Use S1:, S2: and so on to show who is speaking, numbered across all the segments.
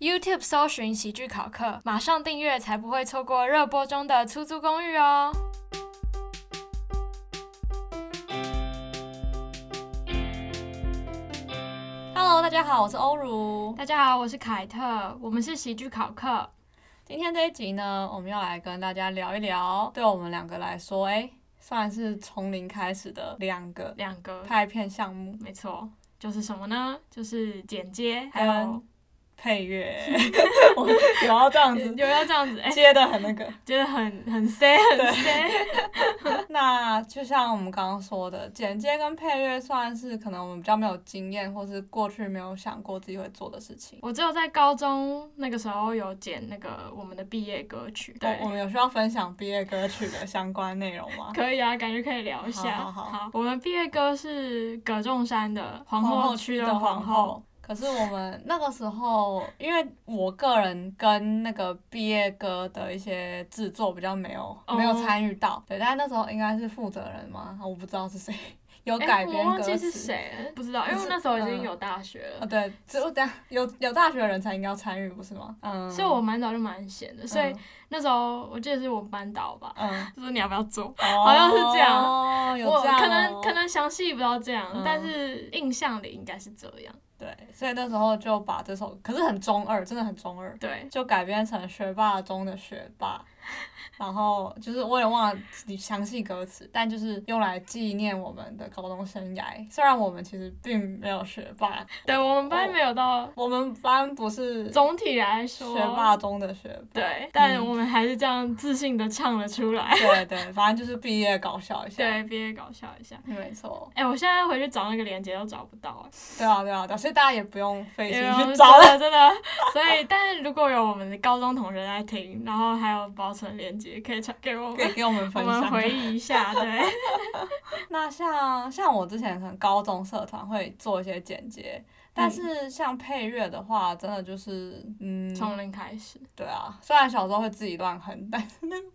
S1: YouTube 搜寻喜剧考课，马上订阅才不会错过热播中的出租公寓哦。
S2: Hello，大家好，我是欧如。
S1: 大家好，我是凯特，我们是喜剧考课。
S2: 今天这一集呢，我们要来跟大家聊一聊，对我们两个来说，哎、算是从零开始的两个
S1: 两个，
S2: 拍片项目，
S1: 没错，就是什么呢？就是剪接，还有
S2: 配乐，我有要这样子
S1: 有要这样子，哎、
S2: 接的很那个。
S1: 觉得很很 C 很 C。
S2: 那就像我们刚刚说的，剪接跟配乐算是可能我们比较没有经验，或是过去没有想过自己会做的事情。
S1: 我只有在高中那个时候有剪那个我们的毕业歌曲，对，
S2: 我我们有需要分享毕业歌曲的相关内容吗？
S1: 可以啊，感觉可以聊一下。
S2: 好好好
S1: 我们毕业歌是葛仲山的《皇
S2: 皇
S1: 后
S2: 后
S1: 区
S2: 区
S1: 的
S2: 的
S1: 皇
S2: 皇
S1: 后
S2: 后。可是 我们那个时候，因为我个人跟那个毕业歌的一些制作比较没有、
S1: 哦
S2: 没有参与到，对，但是那时候应该是负责人嘛，我不知道是谁有》
S1: 哎，
S2: 改
S1: 我
S2: 编
S1: 忘
S2: 歌
S1: 记
S2: 词。
S1: 是谁了，不知道，因为
S2: 不
S1: 我
S2: 是
S1: 那时候已经
S2: 嗯
S1: 有大学了
S2: 哦，。对，只有这样有有大学的人才应该要参与，不是吗？嗯，
S1: 所以我蛮早就蛮闲的，所以那时候我记得是我们班导吧，
S2: 嗯，
S1: 就说你要不要做？
S2: 嗯
S1: 好像是这样
S2: 哦、有
S1: 我
S2: 这样、哦，
S1: 可能可能详细不知道这样，
S2: 嗯
S1: 但是印象里应该是这样。
S2: 对，所以那时候就把这首，可是很中二，真的很中二，
S1: 对，
S2: 就改编成学霸中的学霸， 然后就是我也忘了详细歌词，但就是用来纪念我们的高中生涯。虽然我们其实并没有学霸，
S1: 对我们班没有到，
S2: 我们班不哦是
S1: 总体来说
S2: 学霸嗯中的学 霸，
S1: 对，但我们还是这样自信的唱了出来。
S2: 对对，反正就是毕业搞笑一下。
S1: 对，毕业搞笑一下。
S2: 嗯，没错，
S1: 哎、我现在回去找那个链接都找不到、
S2: 对啊对啊对啊，所以大家也不用费
S1: 哎，
S2: 心
S1: 因为我
S2: 去
S1: 们
S2: 找了。
S1: 真的真的。所以，但是如果有我们的高中同学在听，然后还有保存链接，可以传给我
S2: 可
S1: 们，
S2: 以给我们
S1: 我
S2: 分享
S1: 们。回忆一 下。对，
S2: 那像像我之前可能高中社团会做一些剪接，但是像配乐的话，真的就是嗯，
S1: 从零开始。
S2: 对啊，虽然小时候会自己乱哼，但是那 个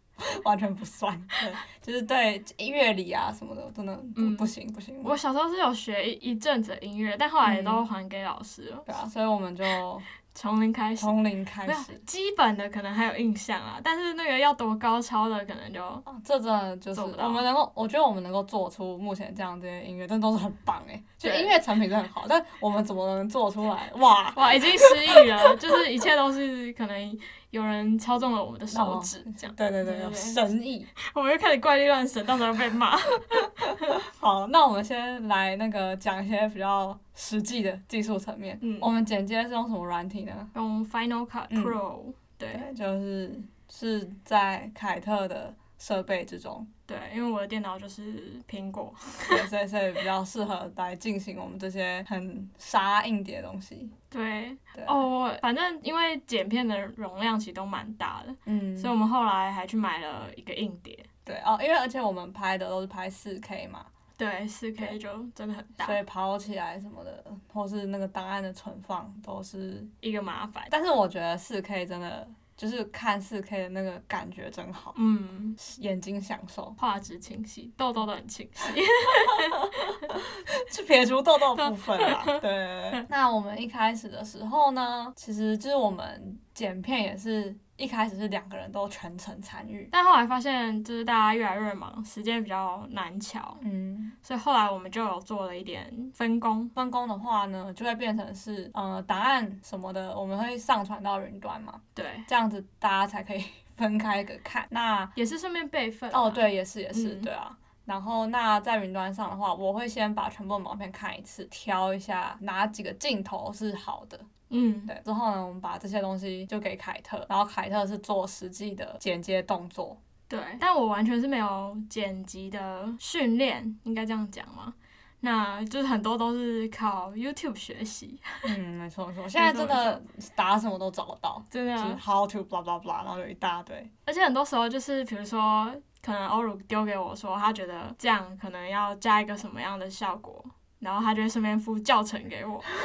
S2: 完全不算。对，就是对乐理啊什么的，真的不、
S1: 嗯
S2: 不行不行。
S1: 我小时候是有学一一阵子的音乐，但后来都还给老师了，
S2: 对啊，所以我们就
S1: 从零开始。
S2: 从零开
S1: 没有
S2: 始。
S1: 基本的可能还有印象啊，但是那个要多高超的可能就
S2: 啊这真的就是
S1: 做不到
S2: 我们能够，我觉得我们能够做出目前这样这些音乐，真的都是很棒哎、就
S1: 对
S2: 音乐成品是很好，但我们怎么能做出来？哇，
S1: 哇已经失忆 了，就是一切都是可能有人敲中了我们的手指这样。
S2: 对对对，
S1: 对对
S2: 有
S1: 对
S2: 神意。
S1: 我们又开始怪力乱神，到时候被骂。
S2: 嗯好，那我们先来那个讲一些比较实际的技术层面。
S1: 嗯
S2: 我们剪接是用什么软体呢？
S1: 用 Final Cut
S2: 嗯
S1: Pro，、对
S2: 对，就是是在凯特的设备之中，
S1: 对，因为我的电脑就是苹果，
S2: 对所以所以比较适合来进行我们这些很杀硬碟的东西。
S1: 对
S2: 对，
S1: 哦，我反正因为剪片的容量其实都蛮大的，
S2: 嗯，
S1: 所以我们后来还去买了一个硬碟，
S2: 对哦，因为而且我们拍的都是拍四 K 嘛，
S1: 对，四 K 就真的很大
S2: 所，以跑起来什么的，或是那个档案的存放都是，
S1: 一个麻烦。
S2: 但是我觉得四 K 真的就是看四 K 的那个感觉真好，
S1: 嗯，
S2: 眼睛享受。
S1: 画质清晰，痘痘都很清晰。
S2: 是撇除痘痘的部分啦。对， 那我们一开始的时候呢，其实就是我们剪片也是一开始是两个人都全程参与。
S1: 但后来发现，就是大家越来越忙，时间比较难瞧，
S2: 嗯，
S1: 所以后来我们就有做了一点分工。
S2: 分工的话呢，就会变成是呃档案什么的，我们会上传到云端嘛，
S1: 对，
S2: 这样子大家才可以 分开个看。那
S1: 也是顺便备份、
S2: 哦，，对，也是也是，
S1: 嗯
S2: 对啊。然后，那在云端上的话，我会先把全部的毛片看一次，挑一下哪几个镜头是好的，
S1: 嗯，
S2: 对，之后呢，我们把这些东西就给凯特，然后凯特是做实际的剪接动作。
S1: 对，但我完全是没有剪辑的训练，应该这样讲吗？那就是很多都是靠 YouTube 学习，
S2: 嗯，没错没错，现在真的打什么都找得到，
S1: 真
S2: 就是
S1: 的，啊
S2: how to blah blah blah，然后有一大堆。
S1: 而且很多时候就是，比如说，可能欧鲁丢给我说，他觉得这样可能要加一个什么样的效果，然后他就会顺便附教程给我。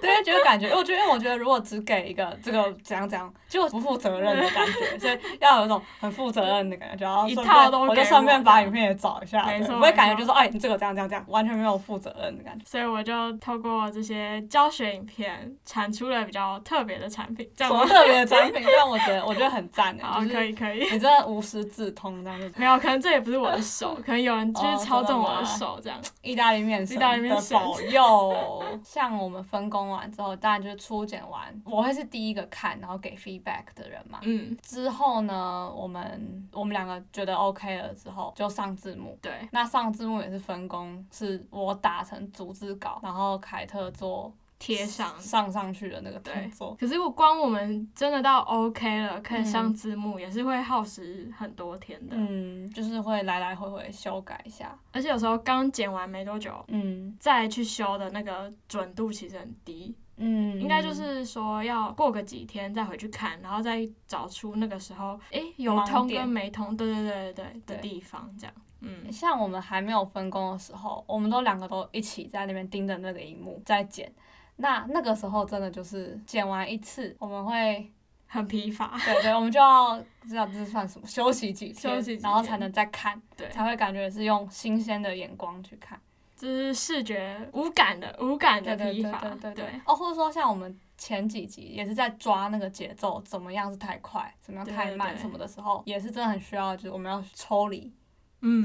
S2: 对，觉得感觉，因为我觉得，因为我觉得如果只给一个这个怎样怎样，就不负责任的感觉，所以要有一种很负责任的感觉，然后
S1: 一
S2: 顺
S1: 套
S2: 便
S1: 都
S2: 我
S1: 给
S2: 就顺
S1: 我
S2: 便
S1: 这
S2: 把
S1: 样
S2: 影片也找一下，
S1: 没
S2: 对
S1: 错
S2: 不会
S1: 没
S2: 感觉就
S1: 错
S2: 说哎，你这个这样这样这样，完全没有负责任的感觉。
S1: 所以我就透过这些教学影片产出了比较特别的产品，这
S2: 什
S1: 样
S2: 么
S1: 吗？
S2: 特别的产品，让我觉得我觉得很赞的，
S1: 好，
S2: 就
S1: 可
S2: 是
S1: 以可以。
S2: 你真的无师自通这样子。
S1: 没有，可能这也不是我的 手，可能有人就
S2: 哦
S1: 是操
S2: 真的
S1: 纵我的
S2: 吗
S1: 手这样。
S2: 意大利面神
S1: 意大利面
S2: 的
S1: 神
S2: 保 佑。像我们分工完之后，当然就是初检完，我会是第一个看，然后给 feedback 的人嘛。
S1: 嗯，
S2: 之后呢，我们我们两个觉得 OK 了之后，就上字幕。
S1: 对，
S2: 那上字幕也是分工，是我打成逐字稿，然后凯特做
S1: 贴上。
S2: 上上去的那个动
S1: 对
S2: 作。
S1: 可是我光我们真的到 OK 了，可以上字幕，也是会耗时很多天的。
S2: 嗯，就是会来来回回修改一下。
S1: 而且有时候刚剪完没多久，
S2: 嗯
S1: 再去修的那个准度其实很低，
S2: 嗯，
S1: 应该就是说要过个几天再回去看，然后再找出那个时候诶、有
S2: 盲
S1: 通
S2: 点
S1: 跟没通，对对对对对
S2: 对
S1: 的地方这样。嗯，
S2: 像我们还没有分工的时候，我们都两个都一起在那边盯着那个荧幕在剪。那那个时候真的就是剪完一次，我 们会
S1: 很疲乏。
S2: 对对，我们就要知道这是算什么休息几天，
S1: 休息几
S2: 然后
S1: 天
S2: 才能再看，
S1: 对，
S2: 才会感觉是用新鲜的眼光去看。
S1: 就是视觉无感的无感
S2: 对
S1: 的
S2: 对
S1: 疲
S2: 对
S1: 乏。
S2: 对对对。哦，或者说像我们前几集也是在抓那个节奏，怎么样是太快，怎么样
S1: 对
S2: 太
S1: 对
S2: 慢
S1: 对
S2: 什么的时候，也是真的很需要，就是我们要抽离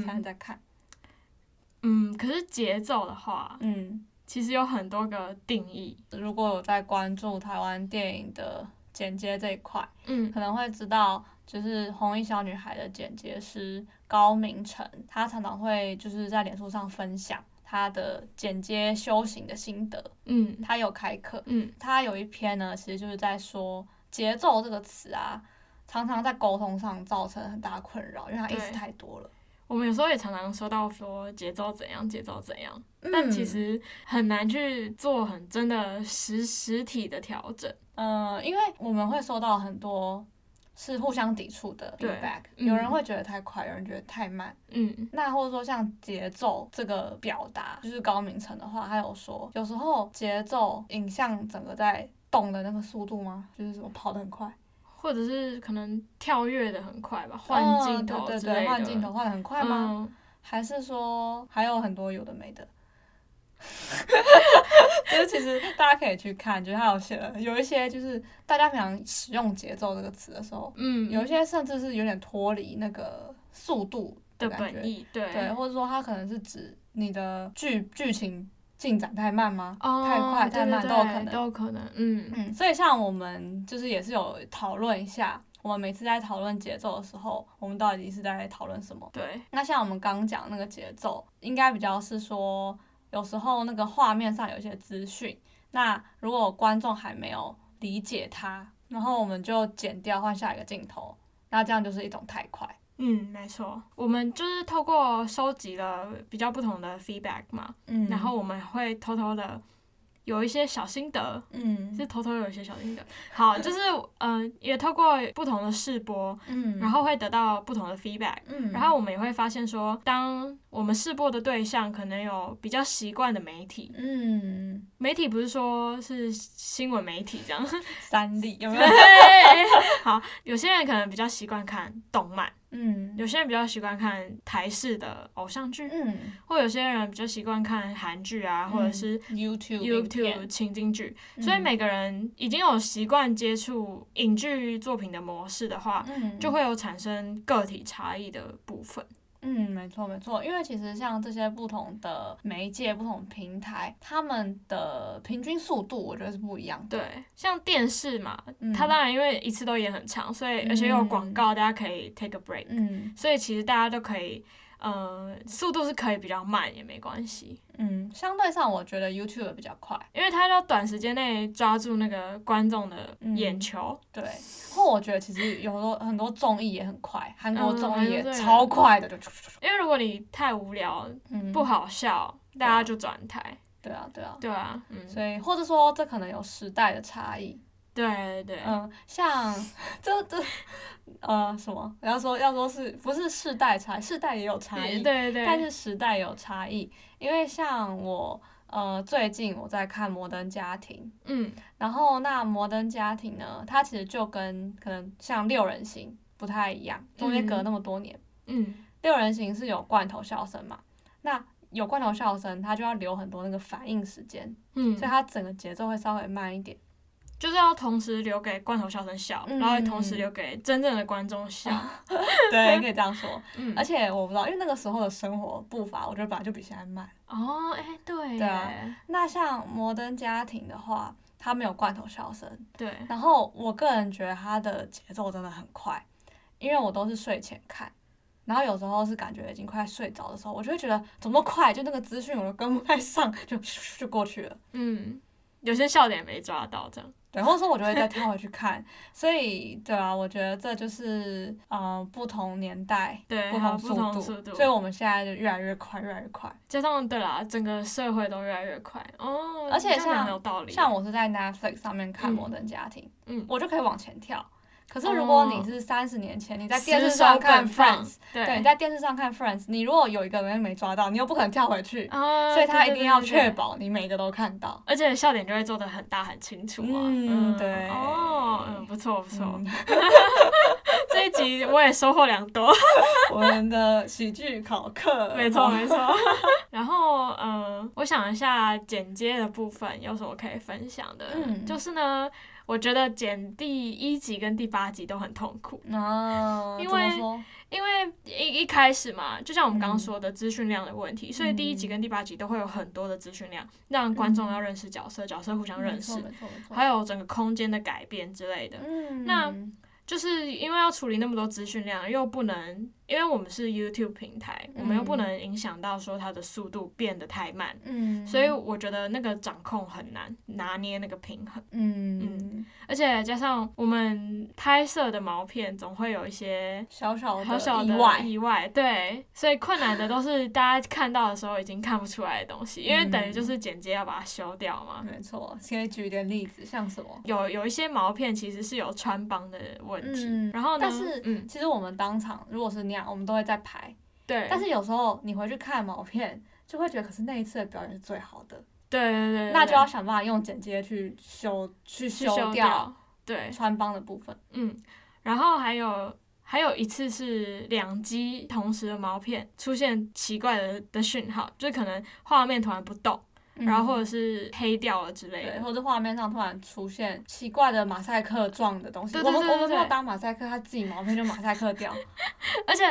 S2: 才能
S1: 嗯
S2: 再看。
S1: 嗯，可是节奏的话，
S2: 嗯
S1: 其实有很多个定义。
S2: 如果有在关注台湾电影的剪接这一块，
S1: 嗯
S2: 可能会知道，就是《红衣小女孩》的剪接师高明成，他常常会就是在脸书上分享他的剪接修行的心得，
S1: 嗯
S2: 他有开课，
S1: 嗯
S2: 他有一篇呢，其实就是在说节奏这个词啊，常常在沟通上造成很大困扰，因为它意
S1: 对
S2: 思太多了。
S1: 我们有时候也常常收到说节奏怎样，节奏怎样，但
S2: 嗯
S1: 其实很难去做很真的实实体的调整。
S2: 嗯，因为我们会收到很多是互相抵触的
S1: 对
S2: feedback，、
S1: 嗯
S2: 有人会觉得太快，有人觉得太慢。
S1: 嗯
S2: 那或者说像节奏这个表达，就是高明成的话，他有说有时候节奏影像整个在动的那个速度吗？就是什么跑得很快，
S1: 或者是可能跳跃的很快吧，换
S2: 嗯
S1: 镜头
S2: 对
S1: 之
S2: 对
S1: 类
S2: 对，
S1: 的，
S2: 换镜头换得很快吗？
S1: 嗯
S2: 还是说还有很多有的没的？ 就是其实大家可以去看，就是他有写了有一些就是大家平常使用节奏这个词的时候，
S1: 嗯，
S2: 有一些甚至是有点脱离那个速度
S1: 的
S2: 感觉
S1: 本，意，对
S2: 对，或者说它可能是指你的剧剧情进展太慢吗？
S1: 哦，
S2: 太快太慢
S1: 对对
S2: 都有可
S1: 对
S2: 能
S1: 都有可能，嗯
S2: 嗯，所以像我们就是也是有讨论一下，我们每次在讨论节奏的时候，我们到底是在讨论什么？
S1: 对，
S2: 那像我们刚刚讲那个节奏，应该比较是说，有时候那个画面上有一些资讯，那如果观众还没有理解它，然后我们就剪掉换下一个镜头，那这样就是一种太快。
S1: 嗯，没错，我们就是透过收集了比较不同的 feedback 嘛，
S2: 嗯
S1: 然后我们会偷偷的有一些小心得，
S2: 嗯
S1: 是偷偷有一些小心得。好，就是 嗯、呃也透过不同的试播，
S2: 嗯
S1: 然后会得到不同的 feedback。
S2: 嗯
S1: 然后我们也会发现说，当我们试播的对象可能有比较习惯的媒体，
S2: 嗯
S1: 媒体不是说是新闻媒体这 样，
S2: 三例有没有？
S1: 对，好，有些人可能比较习惯看动漫，
S2: 嗯
S1: 有些人比较习惯看台式的偶像剧，
S2: 嗯
S1: 或有些人比较习惯看韩剧啊，或者是
S2: 嗯 YouTube 影片
S1: YouTube 情景剧。所以
S2: 嗯
S1: 每个人已经有习惯接触影剧作品的模式的话，
S2: 嗯
S1: 就会有产生个体差异的部分。
S2: 嗯，没错没错，因为其实像这些不同的媒介、不同平台，他们的平均速度我觉得是不一样的。
S1: 对，像电视嘛，
S2: 嗯，
S1: 它当然因为一次都演很长，所以而且又有广告，大家可以 take a break，、
S2: 嗯
S1: 所以其实大家都可以，呃，速度是可以比较慢也没关系，
S2: 嗯，相对上我觉得 YouTube 比较快。
S1: 因为它要短时间内抓住那个观众的
S2: 嗯
S1: 眼球。
S2: 对，或我觉得其实有很多很多综艺也很快，韩国
S1: 嗯
S2: 综艺也
S1: 对对
S2: 超快的，就
S1: 因为如果你太无聊、
S2: 嗯
S1: 不好笑，大家就转台。
S2: 对啊对啊，
S1: 对啊，嗯，
S2: 所以或者说这可能有时代的差异。
S1: 对对对，
S2: 嗯，像这这呃什么？要说要说是不是世代差异？世代也有差
S1: 也
S2: 异，
S1: 对对对，
S2: 但是时代有差异。因为像我呃，最近我在看《摩登家庭》，
S1: 嗯
S2: 然后那《摩登家庭》呢，它其实就跟可能像六人行不太一样，中间隔那么多年。
S1: 嗯
S2: 六人行是有罐头笑声嘛？那有罐头笑声，它就要留很多那个反应时间，
S1: 嗯
S2: 所以，它整个节奏会稍微慢一点。
S1: 就是要同时留给罐头笑声笑，
S2: 嗯
S1: 然后也同时留给真正的观众笑。
S2: 对，可以这样说。
S1: 嗯，
S2: 而且我不知道，因为那个时候的生活步伐，我觉得本来就比现在慢。
S1: 哦，哎、对
S2: 对啊
S1: 耶，
S2: 那像《摩登家庭》的话，它没有罐头笑声，
S1: 对，
S2: 然后我个人觉得它的节奏真的很快，因为我都是睡前看，然后有时候是感觉已经快睡着的时候，我就会觉得怎么那么快，就那个资讯我都跟不太上，就就过去了。
S1: 嗯，有些笑点没抓到，这样，
S2: 对，或者说我就会再跳回去看，所以对啊，我觉得这就是嗯、呃不同年代
S1: 对，
S2: 不
S1: 还有
S2: 同
S1: 不
S2: 速
S1: 同
S2: 度，
S1: 速度
S2: 所，以我们现在就越来越快，越来越快。
S1: 加上对啦，整个社会都越来越快哦，
S2: 而且
S1: 这样讲
S2: 像
S1: 很有道理，
S2: 像我是在 Netflix 上面看《
S1: 嗯
S2: 摩登家庭》，
S1: 嗯，
S2: 我就可以往前跳。可是
S1: 哦
S2: 如果你是三十年前，你在电视
S1: 死
S2: 上
S1: 守
S2: 看
S1: 梗放
S2: Friends，对，
S1: 对
S2: 你，在电视上看 Friends，你如果有一个人没抓到，你又不可能跳回去，
S1: 啊
S2: 所以他一定要
S1: 对
S2: 确。
S1: 对对对对
S2: 保你每个都看到。
S1: 而且笑点就会做的很大很清楚啊，
S2: 嗯对
S1: 哦，嗯，不错不错，
S2: 嗯，
S1: 这一集我也收获良多，
S2: 我们的喜剧考课，
S1: 没错没错。然后呃，我想一下剪接的部分有什么可以分享的，
S2: 嗯
S1: 就是呢，我觉得剪第一集跟第八集都很痛苦，
S2: 啊，
S1: 因
S2: 怎么
S1: 为
S2: 说
S1: 因为一一开始嘛，就像我们刚刚
S2: 嗯
S1: 说的资讯量的问题，所以第一集跟第八集都会有很多的资讯量，让观众要认识角色，角色互相认
S2: 嗯没错
S1: 识，
S2: 没错没错，
S1: 还有整个空间的改变之类的。
S2: 嗯，
S1: 那就是因为要处理那么多资讯量，又不能，因为我们是 YouTube 平台，我们又不
S2: 嗯
S1: 能影响到说它的速度变得太慢，
S2: 嗯，
S1: 所以我觉得那个掌控很难拿捏那个平衡，
S2: 嗯，
S1: 而且加上我们拍摄的毛片总会有一些。
S2: 小小
S1: 小小
S2: 意
S1: 的
S2: 外，
S1: 意外，对，所以困难的都是大家看到的时候已经看不出来的东西，因为等于
S2: 嗯
S1: 就是剪接要把它修掉嘛。
S2: 没错，可以举一点例子，像什么？
S1: 有有一些毛片其实是有穿帮的问题，
S2: 嗯
S1: 然后呢，
S2: 但是
S1: 嗯，
S2: 其实我们当场如果是那样，我们都会在排，
S1: 对，
S2: 但是有时候你回去看毛片， 就会觉得，可是那一次的表演是最好的，
S1: 对对对，
S2: 那
S1: 对
S2: 就要想办法用剪接去修去
S1: 去修
S2: 掉
S1: 掉。对，
S2: 穿帮的部分。
S1: 嗯，然后还有还有一次是两机同时的毛片出现奇怪的的讯号，就可能画面突然不动，然后或者是黑掉了之类
S2: 嗯对，
S1: 的。
S2: 或者画面上突然出现奇怪的马赛克状的东西，
S1: 对
S2: 我
S1: 对
S2: 们
S1: 对对
S2: 我们没有
S1: 对
S2: 打马赛克，他自己毛片就马赛克 掉。
S1: 而且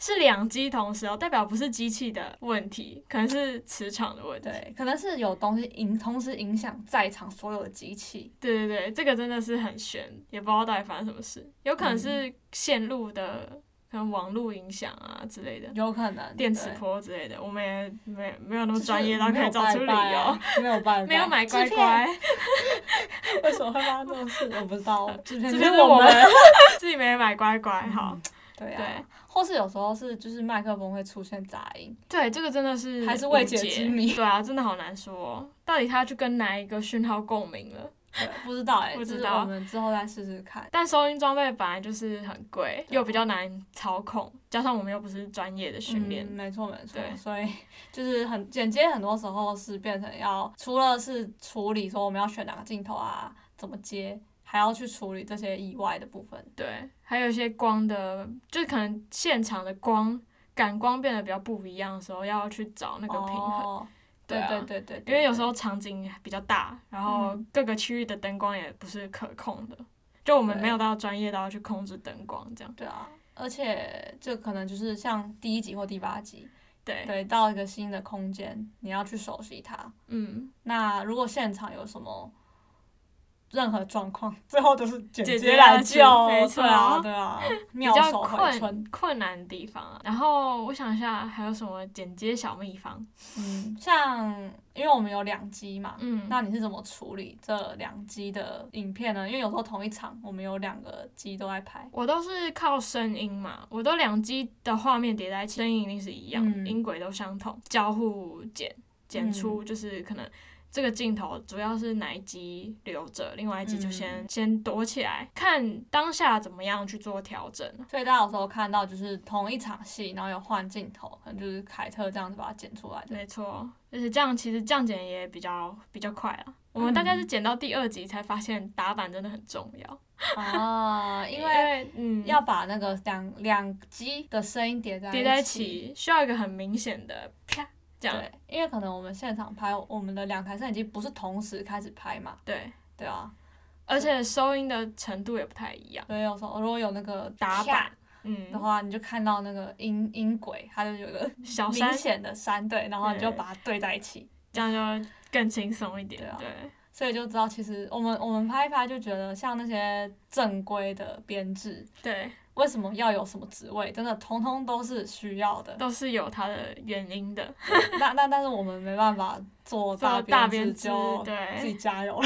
S1: 是两机同时哦，代表不是机器的问题，可能是磁场的问题。
S2: 对，可能是有东西影同时影响在场所有的机器。
S1: 对对对，这个真的是很悬，也不知道到底发生什么事，有可
S2: 嗯
S1: 能是线路的，可能网路影响啊之类的。
S2: 有可能
S1: 电磁
S2: 对
S1: 波之类的，我们也没没有那
S2: 就
S1: 么
S2: 是
S1: 专业到可以找出理由。
S2: 没有办法，没有办法，
S1: 没有买啊乖
S2: 制片，
S1: 乖，
S2: 为什么会发生这种事？我不知道，制片
S1: 这
S2: 就
S1: 边
S2: 是
S1: 是我
S2: 我
S1: 们
S2: 们，
S1: 自己没买乖乖。好，
S2: 对啊
S1: 对，
S2: 或是有时候是就是麦克风会出现杂音，
S1: 对，这个真的是
S2: 还是未解
S1: 误
S2: 之谜
S1: 对啊，真的好难说哦，到底他去跟哪一个讯号共鸣了？
S2: 对不知道哎、欸，
S1: 不知
S2: 就是
S1: 道
S2: 我们之后再试试看。
S1: 但收音装备本来就是很贵，
S2: 对啊
S1: 又比较难操控，加上我们又不是专业的训练
S2: 嗯，，没错没错
S1: 对，
S2: 所以就是很剪接，很多时候是变成要除了是处理说我们要选哪个镜头啊，怎么接，还要去处理这些意外的部分。
S1: 对，还有一些光的，就是可能现场的光感光变得比较不一样的时候，要去找那
S2: 那
S1: 个平衡。
S2: 对
S1: 对啊
S2: 哦对对对，嗯
S1: 因为有时
S2: 候
S1: 候场景比较大，然后各个区域的灯光也不是可控的，就我们
S2: 对
S1: 没有到专业到要去控制灯光这样。
S2: 对啊，而且这可能就是像第一集或第八集，
S1: 对，
S2: 对，到一个新的空间，你要去熟悉它。
S1: 嗯，
S2: 那如果现场有什么任何状况， 最后都是姐
S1: 姐
S2: 姐
S1: 姐
S2: 来
S1: 来
S2: 救，
S1: 救没错
S2: 对啊对 啊，
S1: 比
S2: 妙
S1: 较
S2: 手回春
S1: 困。困难的地方啊。然后我想一下还有什么剪接小秘方？
S2: 嗯，像因为我们有两机嘛，
S1: 嗯，
S2: 那你是怎么处理这两机的影片呢？因为有时候同一场我们有两个机都在拍，
S1: 我都是靠声音嘛，我都两机的画面叠在一起，声音一定是一样的，
S2: 嗯
S1: 音轨都相同，交互剪剪
S2: 嗯
S1: 出就是可能这个镜头主要是哪一集留着，另外一集就
S2: 嗯
S1: 先、先躲起来，看当下怎么样去做调整。
S2: 所以大家有时候看到就是同一场戏，然后有换镜头，可能就是凯特这样子把它剪出来的。
S1: 没错，就是这样。其实这样剪也比较比较快啊。我
S2: 嗯
S1: 们大概是剪到第二集才发现打板真的很重要，
S2: 啊，因
S1: 因
S2: 为
S1: 为嗯
S2: 要把那个两两机的声音叠在
S1: 叠在一。起，需要一个很明显的啪这样。
S2: 对，因为可能我们现场拍，我们的两台摄影机不是同时开始拍嘛，
S1: 对，
S2: 对啊，
S1: 而且收音的程度也不太一样，
S2: 所以有时候如果有那个
S1: 打
S2: 啪
S1: 板嗯
S2: 的话，你就看到那个音音轨，它就有个
S1: 小
S2: 明
S1: 哦山
S2: 显的山对，然后你就
S1: 对
S2: 把它对在一起，
S1: 这样就更轻松一点。
S2: 对啊
S1: 对
S2: 所以就知道其实我们我们拍一拍就觉得像那些正规的编制，
S1: 对，
S2: 为什么要有什么职位，真的通通都是需要的。
S1: 都是有它的原因的。
S2: 那那但是我们没办法做
S1: 做
S2: 大
S1: 大
S2: 编
S1: 编
S2: 制，
S1: 制
S2: 就
S1: 对
S2: 自己加油。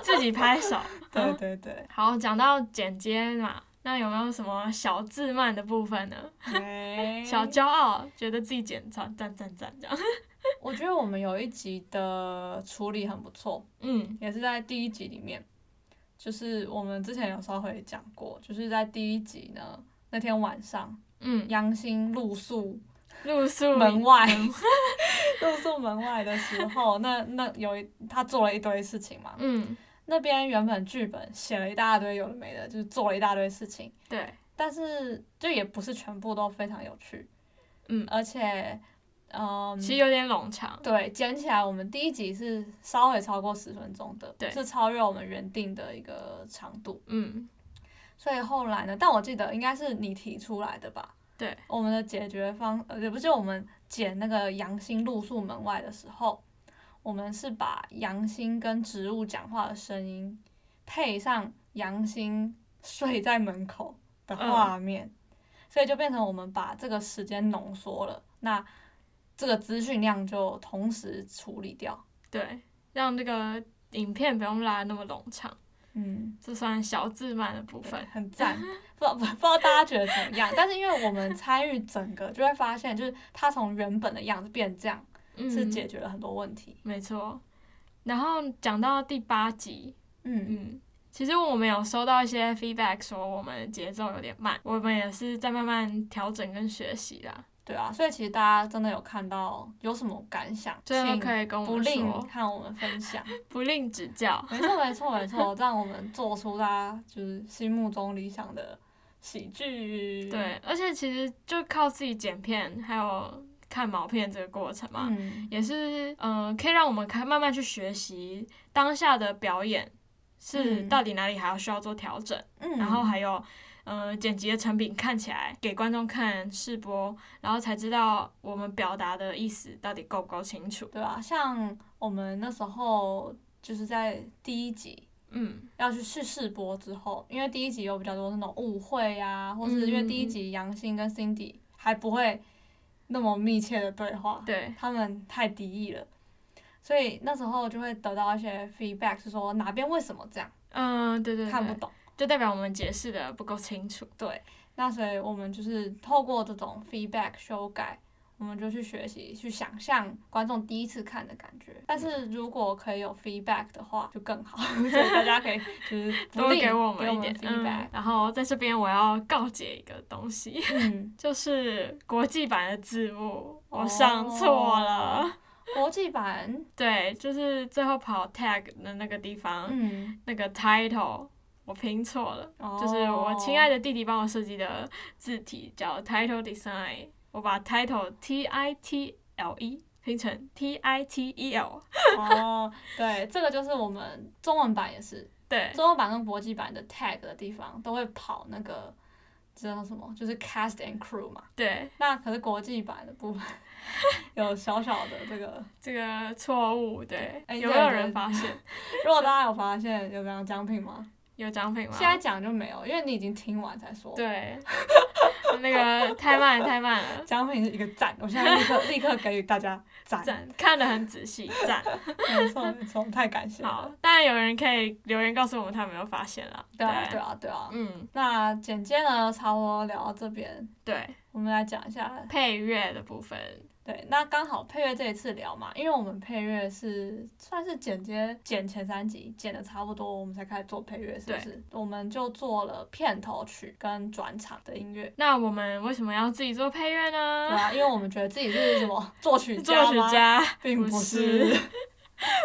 S1: 自己拍手。
S2: 对 对对，
S1: 好，讲到剪接嘛，那有没有什么小自慢的部分呢？
S2: 哎
S1: 小骄傲，觉得自己剪超赞赞赞这样。
S2: 我觉得我们有一集的处理很不错，
S1: 嗯
S2: 也是在第一集里面，就是我们之前有稍微讲过，就是在第一集呢那天晚上，
S1: 嗯，
S2: 杨欣露宿
S1: 露宿
S2: 门外， 露宿门外的时候，那那有一他做了一堆事情嘛，
S1: 嗯，
S2: 那边原本剧本写了一大堆有的没的，就是做了一大堆事情，
S1: 对，
S2: 但是就也不是全部都非常有趣，
S1: 嗯，
S2: 而且，嗯，
S1: 其实有点冗长。
S2: 对，捡起来，我们第一集是稍微超过十分钟的，
S1: 对
S2: 是超越我们原定的一个长度。
S1: 嗯，
S2: 所以后来呢，但我记得应该是你提出来的吧？
S1: 对，
S2: 我们的解决方呃，也不是我们剪那个杨欣露宿门外的时候，我们是把杨欣跟植物讲话的声音配上杨欣睡在门口的画面，所以就变成我们把这个时间浓缩了。那这个资讯量就同时处理掉。
S1: 对，让这个影片不用拉得那么冗长，
S2: 嗯，
S1: 这算小自慢的部分。
S2: 很赞，不知道不知道大家觉得怎么样？但是因为我们参与整个，就会发现，就是它从原本的样子变这样，
S1: 嗯，
S2: 是解决了很多问题。
S1: 没错。然后讲到第八集，
S2: 嗯，
S1: 嗯，其实我们有收到一些 feedback 说我们的节奏有点慢，我们也是在慢慢调整跟学习啦，
S2: 对啊，所以其实大家真的有看到有什么感想，
S1: 这
S2: 请
S1: 样啊可以跟我
S2: 不
S1: 们
S2: 吝
S1: 说，
S2: 看我们分享。
S1: 不吝指教。
S2: 没错，没错，没错，让我们做出大家就是心目中理想的喜剧。，
S1: 对，而且其实就靠自己剪片，还有看毛片这个过程嘛，
S2: 嗯，
S1: 也是嗯、呃可以让我们开慢慢去学习当下的表演是
S2: 嗯
S1: 到底哪里还要需要做调整，
S2: 嗯
S1: 然后还有。呃，剪辑的成品看起来给观众看试播，然后才知道我们表达的意思到底够不够清楚。
S2: 对啊，像我们那时候就是在第一集，
S1: 嗯，
S2: 要去试试播之后，因为第一集有比较多那种误会啊，或是
S1: 嗯
S2: 因为第一集杨欣跟 Cindy 还不会那么密切的对话，
S1: 对，
S2: 他们太敌意了，所以那时候就会得到一些 feedback，是说哪边为什么这样
S1: 嗯、对对对，
S2: 看不懂。
S1: 就代表我们解释的不够清楚。
S2: 那所以我们就是透过这种 feedback 修改，我们就去学习去想象观众第一次看的感觉。但是如果可以有 feedback 的话，就更好， 所以大家可以就是不
S1: 多
S2: 吝
S1: 给我
S2: 给
S1: 们
S2: 我
S1: 一
S2: 们
S1: 点
S2: feedback，
S1: 嗯。然后在这边我要告诫一个东西，
S2: 嗯。
S1: 就是国际版的字幕
S2: 哦
S1: 我上错了。
S2: 国际版，
S1: 对，就是最后跑 tag 的那个地方，
S2: 嗯，
S1: 那个 title 我拼错了。
S2: 就
S1: 就是我亲爱
S2: 的，
S1: 的弟弟帮我设计的字体叫 title design，我把 title T I T L E 拼成 T I T E L，
S2: 哦， 对，这个就是我们中文版也是，
S1: 对，
S2: 中文版跟国际版的 tag 的地方都会跑那个，知道什么？就是 cast and crew 嘛。
S1: 对，
S2: 那可是国际版的部 分有小小的这个，
S1: 这个错误，对，
S2: 哎
S1: 有没有
S2: 对对
S1: 人发现？
S2: 如果大家有发现有这样奖品吗？
S1: 有奖品吗？
S2: 现在讲就没有，因为你已经听完才说。，
S1: 对， 那个太慢了太慢了，
S2: 奖品是一个赞，我现在立 刻立刻给予大家赞，
S1: 赞，看得很仔细， 赞。
S2: 没错没错，太感谢
S1: 好
S2: 了。，
S1: 当然有人可以留言告诉我们他有没有发现啦。
S2: 对啊对啊对啊，
S1: 嗯，
S2: 那简介呢，差不多聊到这边，
S1: 对，
S2: 我们来讲一下，
S1: 配乐的部分，
S2: 对，那刚好配乐这一次聊嘛，因为我们配乐是算是剪接剪前三集剪的差不多，我们才开始做配乐，是不是？我们就做了片头曲跟转场的音乐。
S1: 那我们为什么要自己做配乐
S2: 对
S1: 呢？
S2: 啊，因为我们觉得自己是 什么作曲
S1: 作
S2: 家
S1: 曲
S2: 吗，
S1: 家，
S2: 并
S1: 不
S2: 不
S1: 是
S2: 是。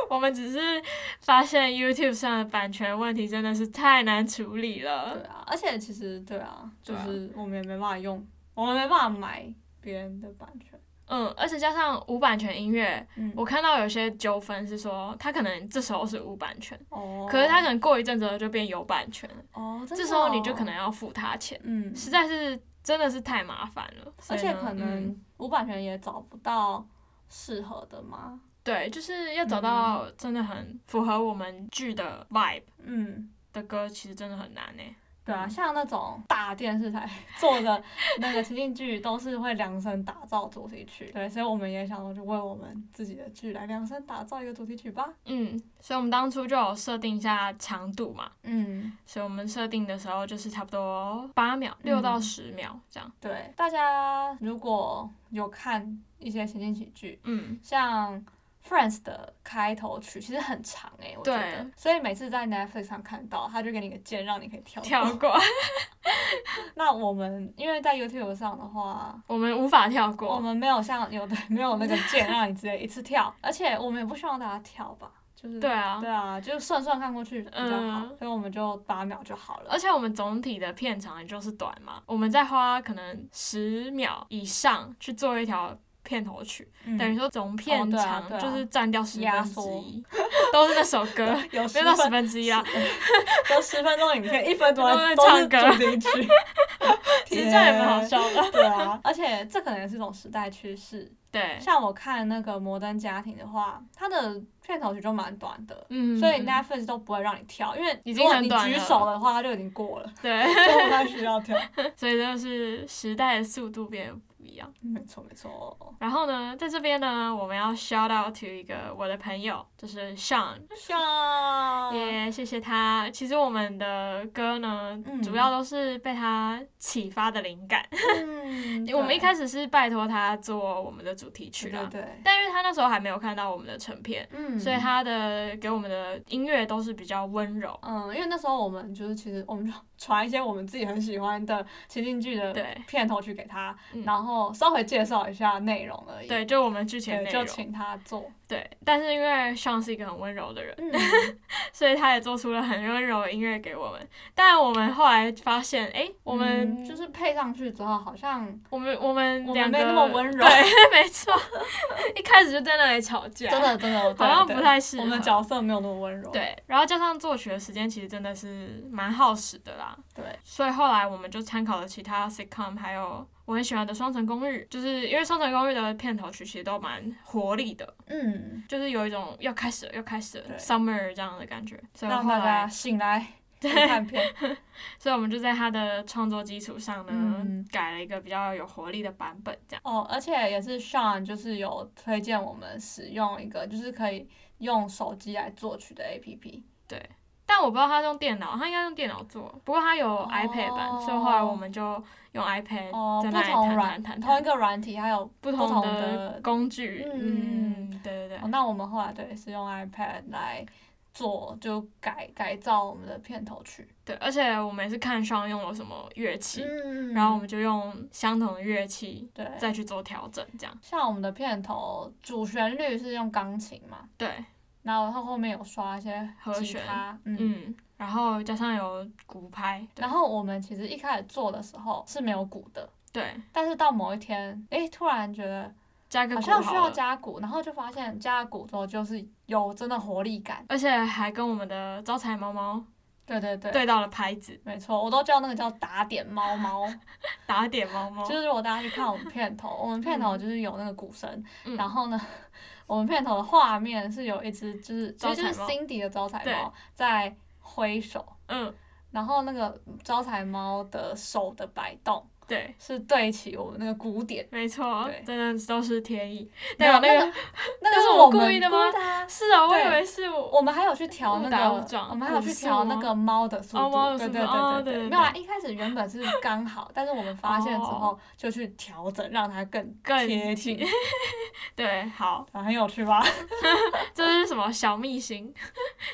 S1: 我们只是发现 YouTube 上的版权问题真的是太难处理
S2: 对
S1: 了。
S2: 啊，而且其实对啊，就
S1: 对啊
S2: 是我们也没办法用，我们没办法买别人的版权。
S1: 嗯，而且加上无版权音乐，
S2: 嗯，
S1: 我看到有些纠纷是说，它可能这时候是无版权，
S2: 哦，
S1: 可是它可能过一阵子后就变有版权了，
S2: 哦，真
S1: 这
S2: 的
S1: 时候
S2: 哦
S1: 你就可能要付他钱，
S2: 嗯，
S1: 实在是真的是太麻烦了。
S2: 而
S1: 所以
S2: 且
S1: 呢
S2: 可
S1: 嗯
S2: 能无版权也找不到适合的嘛。
S1: 对，就是
S2: 嗯
S1: 要找到真的很符合我们剧的 vibe
S2: 嗯，
S1: 的歌，其实真的很难呢。
S2: 对啊，
S1: 嗯
S2: 像那种大电视台做的那个情景剧，都是会量身打造主题曲。对，所以我们也想说，就为我们自己的剧来量身打造一个主题曲吧。
S1: 嗯，所以我们当初就有设定一下长度嘛，
S2: 嗯，
S1: 所以我们设定的时候就是差不多八秒，六到十秒这样。
S2: 对，大家如果有看一些情景喜剧，
S1: 嗯，
S2: 像 Friends 的开头曲其实很长诶、我觉得
S1: 对，
S2: 所以每次在 Netflix 上看到，它就给你个键让你可以跳过。
S1: 跳过，
S2: 那我们因为在 YouTube 上的话，
S1: 我们无法跳
S2: 我
S1: 过。
S2: 们没有像有的 没有那个键让你直接一次跳，而且我们也不希望大家跳吧，就是
S1: 对啊
S2: 对，啊，就顺顺看过去比较好，
S1: 嗯
S2: 所以我们就八秒就好了
S1: 而。且我们总体的片长也就是短嘛，我们再花可能十秒以上去做一条片头曲，
S2: 嗯
S1: 等于说总
S2: 哦
S1: 片
S2: 对啊
S1: 长
S2: 对啊
S1: 就是占掉十
S2: 压
S1: 分之
S2: 缩
S1: 一， 都是那首歌，
S2: 有
S1: 没
S2: 十
S1: 有到哦
S2: 分
S1: 啊十分之一啦。
S2: 有十分钟的影片，一分钟
S1: 都在
S2: 都是
S1: 唱歌
S2: 主 题曲，
S1: 其实这样也蛮好笑的。
S2: 天。 对啊，而且这可能也是一种时代趋势，
S1: 对，
S2: 像我看那个《摩登家庭》的话，它的片头曲就蛮短的，
S1: 嗯，
S2: 所以
S1: 嗯
S2: Netflix 都不会让你跳，因为
S1: 已
S2: 如
S1: 经
S2: 果
S1: 很
S2: 你
S1: 短
S2: 举
S1: 了
S2: 手的话，它就已经过 了，
S1: 对，
S2: 就不太需要跳。
S1: 所以就是时代的速度变得不一样。
S2: 没错，没错。
S1: 然后呢，在这边呢，我们要 shout out to 一个我的朋友，就是 Sean，
S2: 像
S1: 也、谢谢他。其实我们的歌呢，
S2: 嗯
S1: 主要都是被他启发的灵感。
S2: 嗯
S1: 我们一
S2: 始
S1: 开始是拜托他做我们的主题曲
S2: 对
S1: 啦，
S2: 对对，
S1: 但因为他那时候还没有看到我们的成片，
S2: 嗯
S1: 所以他的给我们的音乐都是比较温柔。
S2: 嗯，因为那时候我们就是其实我们就 传一些我们自己很喜欢的情景剧的
S1: 对
S2: 片头曲给他，
S1: 嗯
S2: 然后稍微介绍一下内容而已。
S1: 对，就我们之前
S2: 对，
S1: 内
S2: 就
S1: 容。
S2: 请他做。
S1: 对，但是因为 Sean 是一个很温柔的人，
S2: 嗯，
S1: 所以他也做出了很温柔的音乐给我们。但我们后来发现，哎、我们、
S2: 嗯就是配上去之后，好像
S1: 我们我们嗯
S2: 我们
S1: 两个
S2: 没那么温柔
S1: 对， 没错，一开始就在那里吵架，
S2: 真的真的 对
S1: 好像
S2: 对
S1: 不太适合
S2: 我们的角色没有那么温柔。
S1: 对。然后加上作曲的时间，其实真的是蛮耗时的啦。
S2: 对，
S1: 所以后来我们就参考了其他 sitcom，还有我很喜欢的《双城公寓》，就是因为《双城公寓》的片头曲其实都蛮活力的，
S2: 嗯，
S1: 就是有一种要开始了要开始了
S2: 对
S1: summer 这样的感觉。所以
S2: 让
S1: 后
S2: 大
S1: 来
S2: 家，醒 来去看片。
S1: 所以我们就在他的创作基础上呢，
S2: 嗯
S1: 改了一个比较有活力的版本，这样。
S2: 哦，而且也是 Sean 就是有推荐我们使用一个，就是可以用手机来作曲的 APP。
S1: 但我不知道他是用电脑，他应该用电脑做，不过他有 iPad 版，所以后来我们就用 iPad
S2: 哦，
S1: 在
S2: 不
S1: 那里
S2: 同
S1: 弹
S2: 软
S1: 弹弹
S2: 同一
S1: 弹
S2: 个软体，还有
S1: 不
S2: 不同
S1: 的
S2: 的
S1: 工具，
S2: 嗯
S1: 嗯，对对
S2: 哦，
S1: 对，
S2: 那我们后来对是用 iPad 来做，就改改造我们的片头曲。
S1: 对，而且我们也是看上用了什么乐器，
S2: 嗯
S1: 然后我们就用相同的乐器
S2: 对，
S1: 再去做调整，这样，
S2: 像我们的片头主旋律是用钢琴嘛，
S1: 对，
S2: 然后后面有刷一些
S1: 和
S2: 吉
S1: 弦
S2: 他，嗯。
S1: 嗯，然后加上有鼓拍，对
S2: 然后我们其实一开始做的时候是没有鼓的，
S1: 对，
S2: 但是到某一天，诶，突然觉得
S1: 加个
S2: 好
S1: 鼓
S2: 像需要
S1: 了。
S2: 加鼓，然后就发现加了鼓之后就是有真的活力感。
S1: 而且还跟我们的招财猫猫
S2: 对对 对，
S1: 对到了拍子，
S2: 没错，我都叫那个叫打点猫 猫。
S1: 打点猫猫，
S2: 就是如果大家去看我们片头，我们片头就是有那个鼓声，
S1: 嗯
S2: 然后呢， 我们片头的画面是有一只就是其
S1: 招
S2: 实就是
S1: 财猫
S2: Cindy 的招财
S1: 对
S2: 猫在挥手，
S1: 嗯
S2: 然后那个招财猫的手的摆动，
S1: 对，
S2: 是对齐我们那个鼓点。
S1: 没错
S2: 对，
S1: 真的都是天意。
S2: 没有
S1: 代表那
S2: 啊那
S1: 个
S2: 个，那
S1: 那
S2: 是
S1: 是
S2: 我
S1: 我
S2: 们
S1: 故意的吗
S2: 啊
S1: 是啊，我以
S2: 对
S1: 为是我。
S2: 我们还有去调那
S1: 误打误
S2: 个，
S1: 撞
S2: 我们还有去调那个猫的速
S1: 哦猫
S2: 度，
S1: 的
S2: 对
S1: 速
S2: 对
S1: 度哦
S2: 对
S1: 对对
S2: 没有啦，一开始原本是刚好，但是我们发现之后就去调整，让它更
S1: 哦更
S2: 贴近，
S1: 对，好，
S2: 啊，很有 趣吧？
S1: 这是什么小秘辛？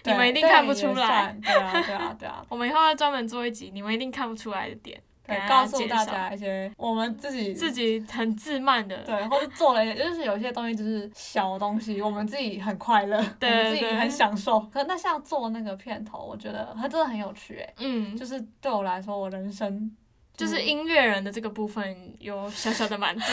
S2: 对
S1: 你们一定看不出来
S2: 对也算对啊，对啊，对啊。
S1: 我们以后要专门做一集，你们一定看不出来的点，给
S2: 对，
S1: 大
S2: 告
S1: 家
S2: 诉
S1: 介
S2: 大
S1: 绍
S2: 家一些我们自己
S1: 自己很自慢的，
S2: 对，或者做了一些，就是有一些东西就是小东西，我们自己很快乐，
S1: 对
S2: 我们自己
S1: 对
S2: 很享受。可那像做那个片头，我觉得它真的很有趣，哎，
S1: 嗯，
S2: 就是对我来说，我人生嗯
S1: 就是音乐人的这个部分有小小的满足，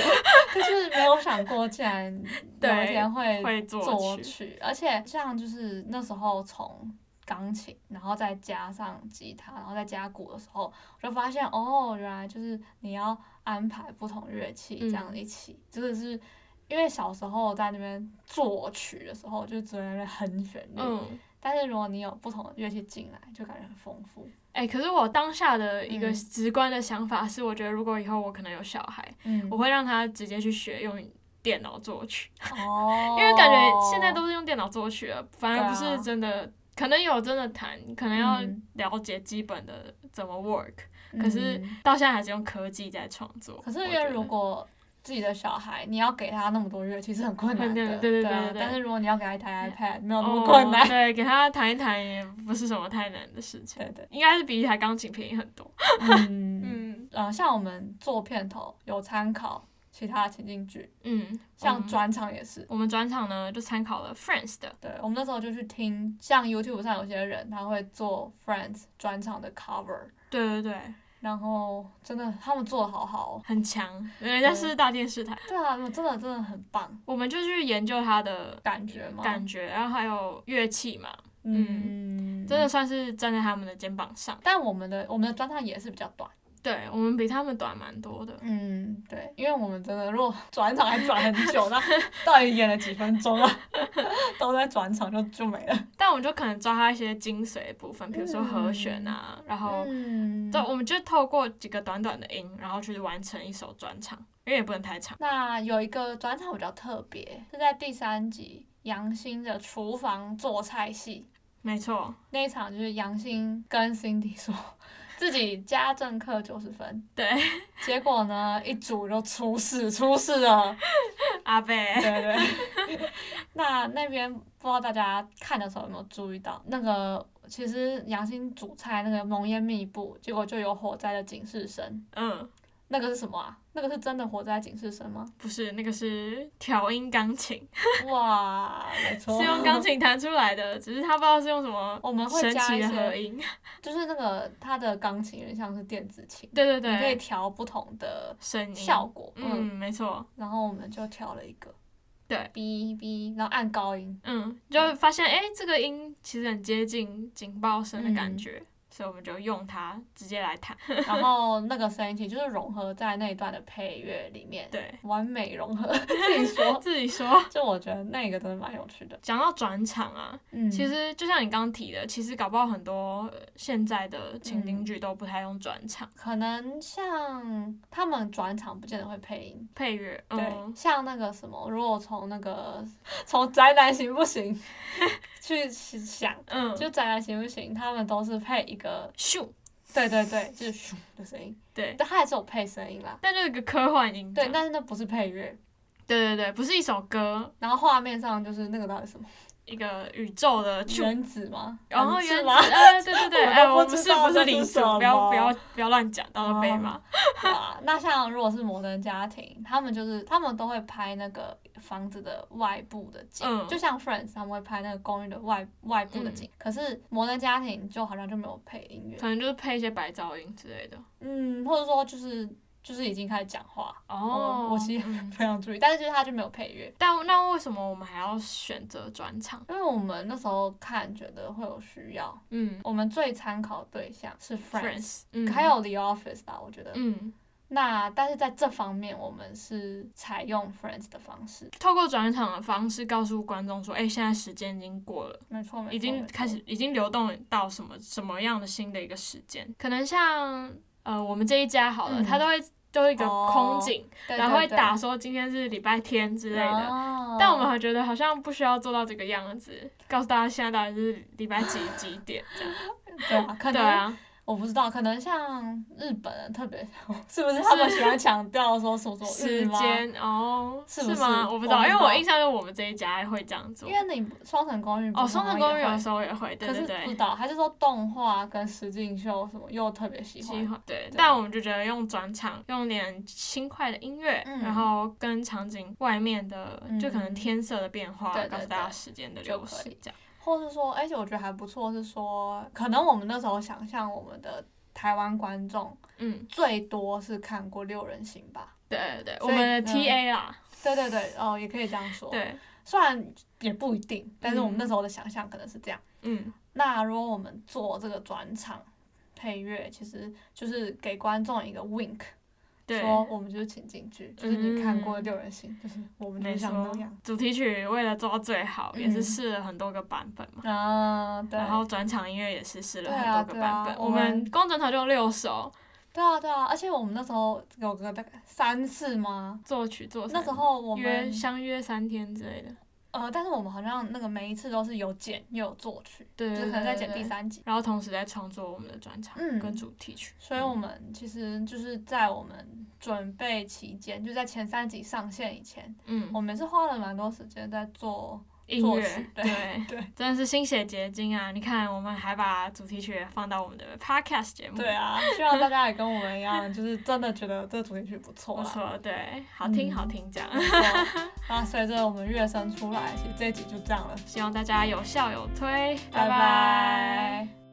S2: 就是没有想过，竟然有 一
S1: 对
S2: 天会
S1: 会
S2: 作
S1: 作曲，
S2: 曲，而且像就是那时候从钢琴，然后再加上吉他，然后再加鼓的时候，我就发现哦，原来就是你要安排不同乐器这样
S1: 嗯
S2: 一起，真的是因为小时候在那边作曲的时候，就只会在那边哼旋律，
S1: 嗯，
S2: 但是如果你有不同的乐器进来，就感觉很丰富。
S1: 哎、可是我当下的一个
S2: 嗯
S1: 直观的想法是，我觉得如果以后我可能有小孩，
S2: 嗯
S1: 我会让他直接去学用电脑作曲，
S2: 哦
S1: 因为感觉现在都是用电脑作曲了，反而不
S2: 对啊
S1: 是真的，可能有真的弹，可能要
S2: 嗯
S1: 了解基本的怎么 work，、可是
S2: 嗯
S1: 到现在还是用科技在创作。
S2: 可是
S1: 我
S2: 因
S1: 觉
S2: 为
S1: 得
S2: 如果自己的小孩，你要给他那么多乐器是很困 难的，
S1: 很难对对
S2: 啊
S1: 对对对
S2: 但是如果你要给他一台 iPad，没有那么
S1: 哦
S2: 困难。
S1: 对，给他弹一弹也不是什么太难的事情，
S2: 对对，
S1: 应该是比一台钢琴便宜很多。
S2: 嗯，
S1: 嗯
S2: 呃，像我们做片头有参考其他的情境剧，
S1: 嗯，我
S2: 像
S1: 们
S2: 转场也是。
S1: 我们转场呢就参考了 Friends 的，
S2: 对，我们那时候就去听，像 YouTube 上有些人他会做 Friends 转场的 cover，
S1: 对对对，
S2: 然后真的他们做的好好哦。
S1: 很强，人家是大电视台，
S2: 对啊，真的真的很棒，
S1: 我们就去研究它的
S2: 感觉吗？
S1: 感觉，然后还有乐器嘛，
S2: 嗯，
S1: 真的。算是站在他们的肩膀上。
S2: 但我们的我们的专场也是比较短。
S1: 对我们比他们短蛮多的，
S2: 嗯，对，因为我们真的如果 转场还转很久，那到底演了几分钟啊？ 都在转场就就没了。
S1: 但我们就可能抓它一些精髓的部分，比如说和弦啊，然后
S2: 嗯
S1: 对，我们就透过几个短短的音，然后去完成一首专场，因为也不能太长。
S2: 那有一个转场比较特别，是在第三集杨欣的厨房做菜戏
S1: 没错，
S2: 那一场，就是杨欣跟 Cindy 说自己家政课九十分，
S1: 对，
S2: 结果呢一煮就出事，出事了。
S1: 阿贝，
S2: 对对。 那那边不知道大家看的时候有没有注意到，那个其实杨欣煮菜那个浓烟密布，结果就有火灾的警示声。
S1: 嗯，
S2: 那个是什么啊？那个是真的火灾警示声吗？
S1: 不是，那个是调音钢琴，
S2: 哇，没错，
S1: 是用钢。琴弹出来的，只是他不知道是用什么
S2: 我们会
S1: 神
S2: 加
S1: 奇
S2: 一
S1: 的合
S2: 些，
S1: 音。
S2: 就是那个它的钢琴有点像是电子琴，
S1: 对对
S2: 你可以
S1: 对，
S2: 调不同的
S1: 声音
S2: 效果。
S1: 嗯，
S2: 嗯，
S1: 没错，
S2: 然后我们就调了一个，
S1: 对
S2: 哔哔，然后按高音，
S1: 嗯，就会发现哎、诶这个音其实很接近警报声的感觉，
S2: 嗯
S1: 所以我们就用它直接来弹。
S2: 然后那个声音其实就是融合在那一段的配乐里面，
S1: 对，
S2: 完美 融合。自己说，
S1: 自己说。
S2: 就我觉得那个真的蛮有趣的。
S1: 讲到转场啊，
S2: 嗯
S1: 其实就像你刚刚提的，其实搞不好很多呃现在的情景
S2: 嗯
S1: 剧都不太用转场、
S2: 可能像他们转场不见得会配音。
S1: 配乐，
S2: 对，
S1: 嗯，
S2: 像那个什么，如果从那个从宅男行不行 去想，
S1: 嗯，
S2: 就宅男行不行，他们都是配一个，
S1: 咻，
S2: 对对对，就是 咻的声音，
S1: 对，
S2: 但他还是有配声音啦。
S1: 但就是个科幻音这
S2: 对，
S1: 样，
S2: 但是那不是配乐，
S1: 对对对，不是一首歌，
S2: 然后画面上就是那个到底什么
S1: 一个宇宙的咻，
S2: 原子吗？
S1: 然后
S2: 是
S1: 原子，
S2: 吗？
S1: 哎，对对对，
S2: 我都
S1: 哎，
S2: 不
S1: 我
S2: 知
S1: 是
S2: 道
S1: 不
S2: 这
S1: 是
S2: 是
S1: 领主
S2: 什，
S1: 不要
S2: 么哦
S1: 不要不要乱讲，到时候被骂。
S2: 哇，啊那像如果是摩登家庭，他们就是他们都会拍那个房子的外部的景，
S1: 嗯
S2: 就像 Friends 他们会拍那个公寓的外外部的景。可是摩登家庭就好像就没有配音乐，
S1: 可能就是配一些白噪音之类的。
S2: 嗯，或者说就是就是已经开始讲话，
S1: 哦，
S2: 我其实
S1: 嗯
S2: 非常注意，但是就是他就没有配乐。
S1: 但那为什么我们还要选择转场？
S2: 因为我们那时候看觉得会有需要，
S1: 嗯
S2: 我们最参考对象是 Friends，
S1: ，Friends，嗯，
S2: 还有 The Office 吧，我觉得。
S1: 嗯，
S2: 那但是在这方面，我们是采用 Friends 的方式，
S1: 透过转场的方式告诉观众说，哎、现在时间已经过了。
S2: 没错，没错
S1: 已经
S2: 没错
S1: 开始，已经流动到什么什么样的新的一个时间？可能像呃，我们这一家好了，
S2: 嗯哦
S1: 他都会就是一个空景，
S2: 对
S1: 然后会
S2: 对对
S1: 打说今天是礼拜天之类的。
S2: 哦
S1: 但我们还觉得好像不需要做到这个样子，告诉大家现在到底是礼拜几几点这样。
S2: 对啊，可
S1: 对
S2: 能、
S1: 啊，
S2: 我不知道，可能像日本人特别，是不是他们喜欢强调说什么什么日
S1: 时
S2: 吗？
S1: 间哦，
S2: 是不
S1: 是
S2: 是
S1: 吗？我不知
S2: 我
S1: 道，
S2: 不
S1: 因
S2: 知
S1: 为我
S2: 道
S1: 印象中我们这一家会这样做
S2: 因。为你双城公寓
S1: 哦，双城公寓有
S2: 有
S1: 时候也会，对
S2: 可是
S1: 对
S2: 不知
S1: 对，
S2: 道，还是说动画跟实境秀什么又特别喜
S1: 喜
S2: 欢？
S1: 欢对
S2: 对。
S1: 但我们就觉得用转场，用点轻快的音乐，
S2: 嗯
S1: 然后跟场景外面的，就可能
S2: 嗯
S1: 天色的变化
S2: 对，对
S1: 告诉
S2: 对
S1: 大家时间的
S2: 就
S1: 流
S2: 可
S1: 逝
S2: 以
S1: 这样。
S2: 或是说，哎而且我觉得还不错，是说可能我们那时候想象我们的台湾观众
S1: 嗯，
S2: 最多是看过六人行吧？
S1: 对对对，我
S2: 所以
S1: 们的
S2: 嗯
S1: TA 啦，
S2: 对对对，哦，也可以这样说。，
S1: 对，
S2: 虽然也不一定，但是我们那时候的想象可能是这样。
S1: 嗯，
S2: 那如果我们做这个转场配乐，其实就是给观众一个 wink，
S1: 对。
S2: 说我们就是情景剧，就是你看过
S1: 嗯
S2: 六人行，就是我们就
S1: 没
S2: 是像
S1: 错
S2: 那样。，
S1: 主题曲为了做到最好，也是
S2: 嗯
S1: 试了很多个版本嘛。
S2: 啊，对，
S1: 然后转场音乐也是试了
S2: 对
S1: 很
S2: 啊
S1: 多个
S2: 对
S1: 版
S2: 啊
S1: 本，
S2: 我
S1: 我们
S2: 们
S1: 光转场就有六首
S2: 对啊，对啊，而且我们那时候有个大概三次吗？
S1: 作曲作
S2: 那
S1: 散
S2: 时候我
S1: 约
S2: 们
S1: 相约三天之类的，
S2: 呃，但是我们好像那个每一次都是有剪又有作曲，
S1: 对，
S2: 就是
S1: 对
S2: 可能在
S1: 对
S2: 剪
S1: 对嗯
S2: 第三集，
S1: 然后同时在创作我们的专场
S2: 嗯
S1: 跟主题曲，
S2: 所以我们其实就是在我们准备期间，就在前三集上线以前，
S1: 嗯，
S2: 我们也是花了蛮多时间在做，
S1: 音
S2: 哦作
S1: 乐
S2: 曲对
S1: 对
S2: 对
S1: 真的是心血结晶啊！你看，我们还把主题曲也放到我们的 podcast 节目，
S2: 对，啊，希望大家也跟我们一样，就是真的觉得这主题曲不错
S1: 不
S2: 啦。
S1: 错，对，好听
S2: 嗯
S1: 好听这样，
S2: 没错那随着我们乐声出来，其实这一集就这样了，
S1: 希望大家有笑有推，拜
S2: 拜拜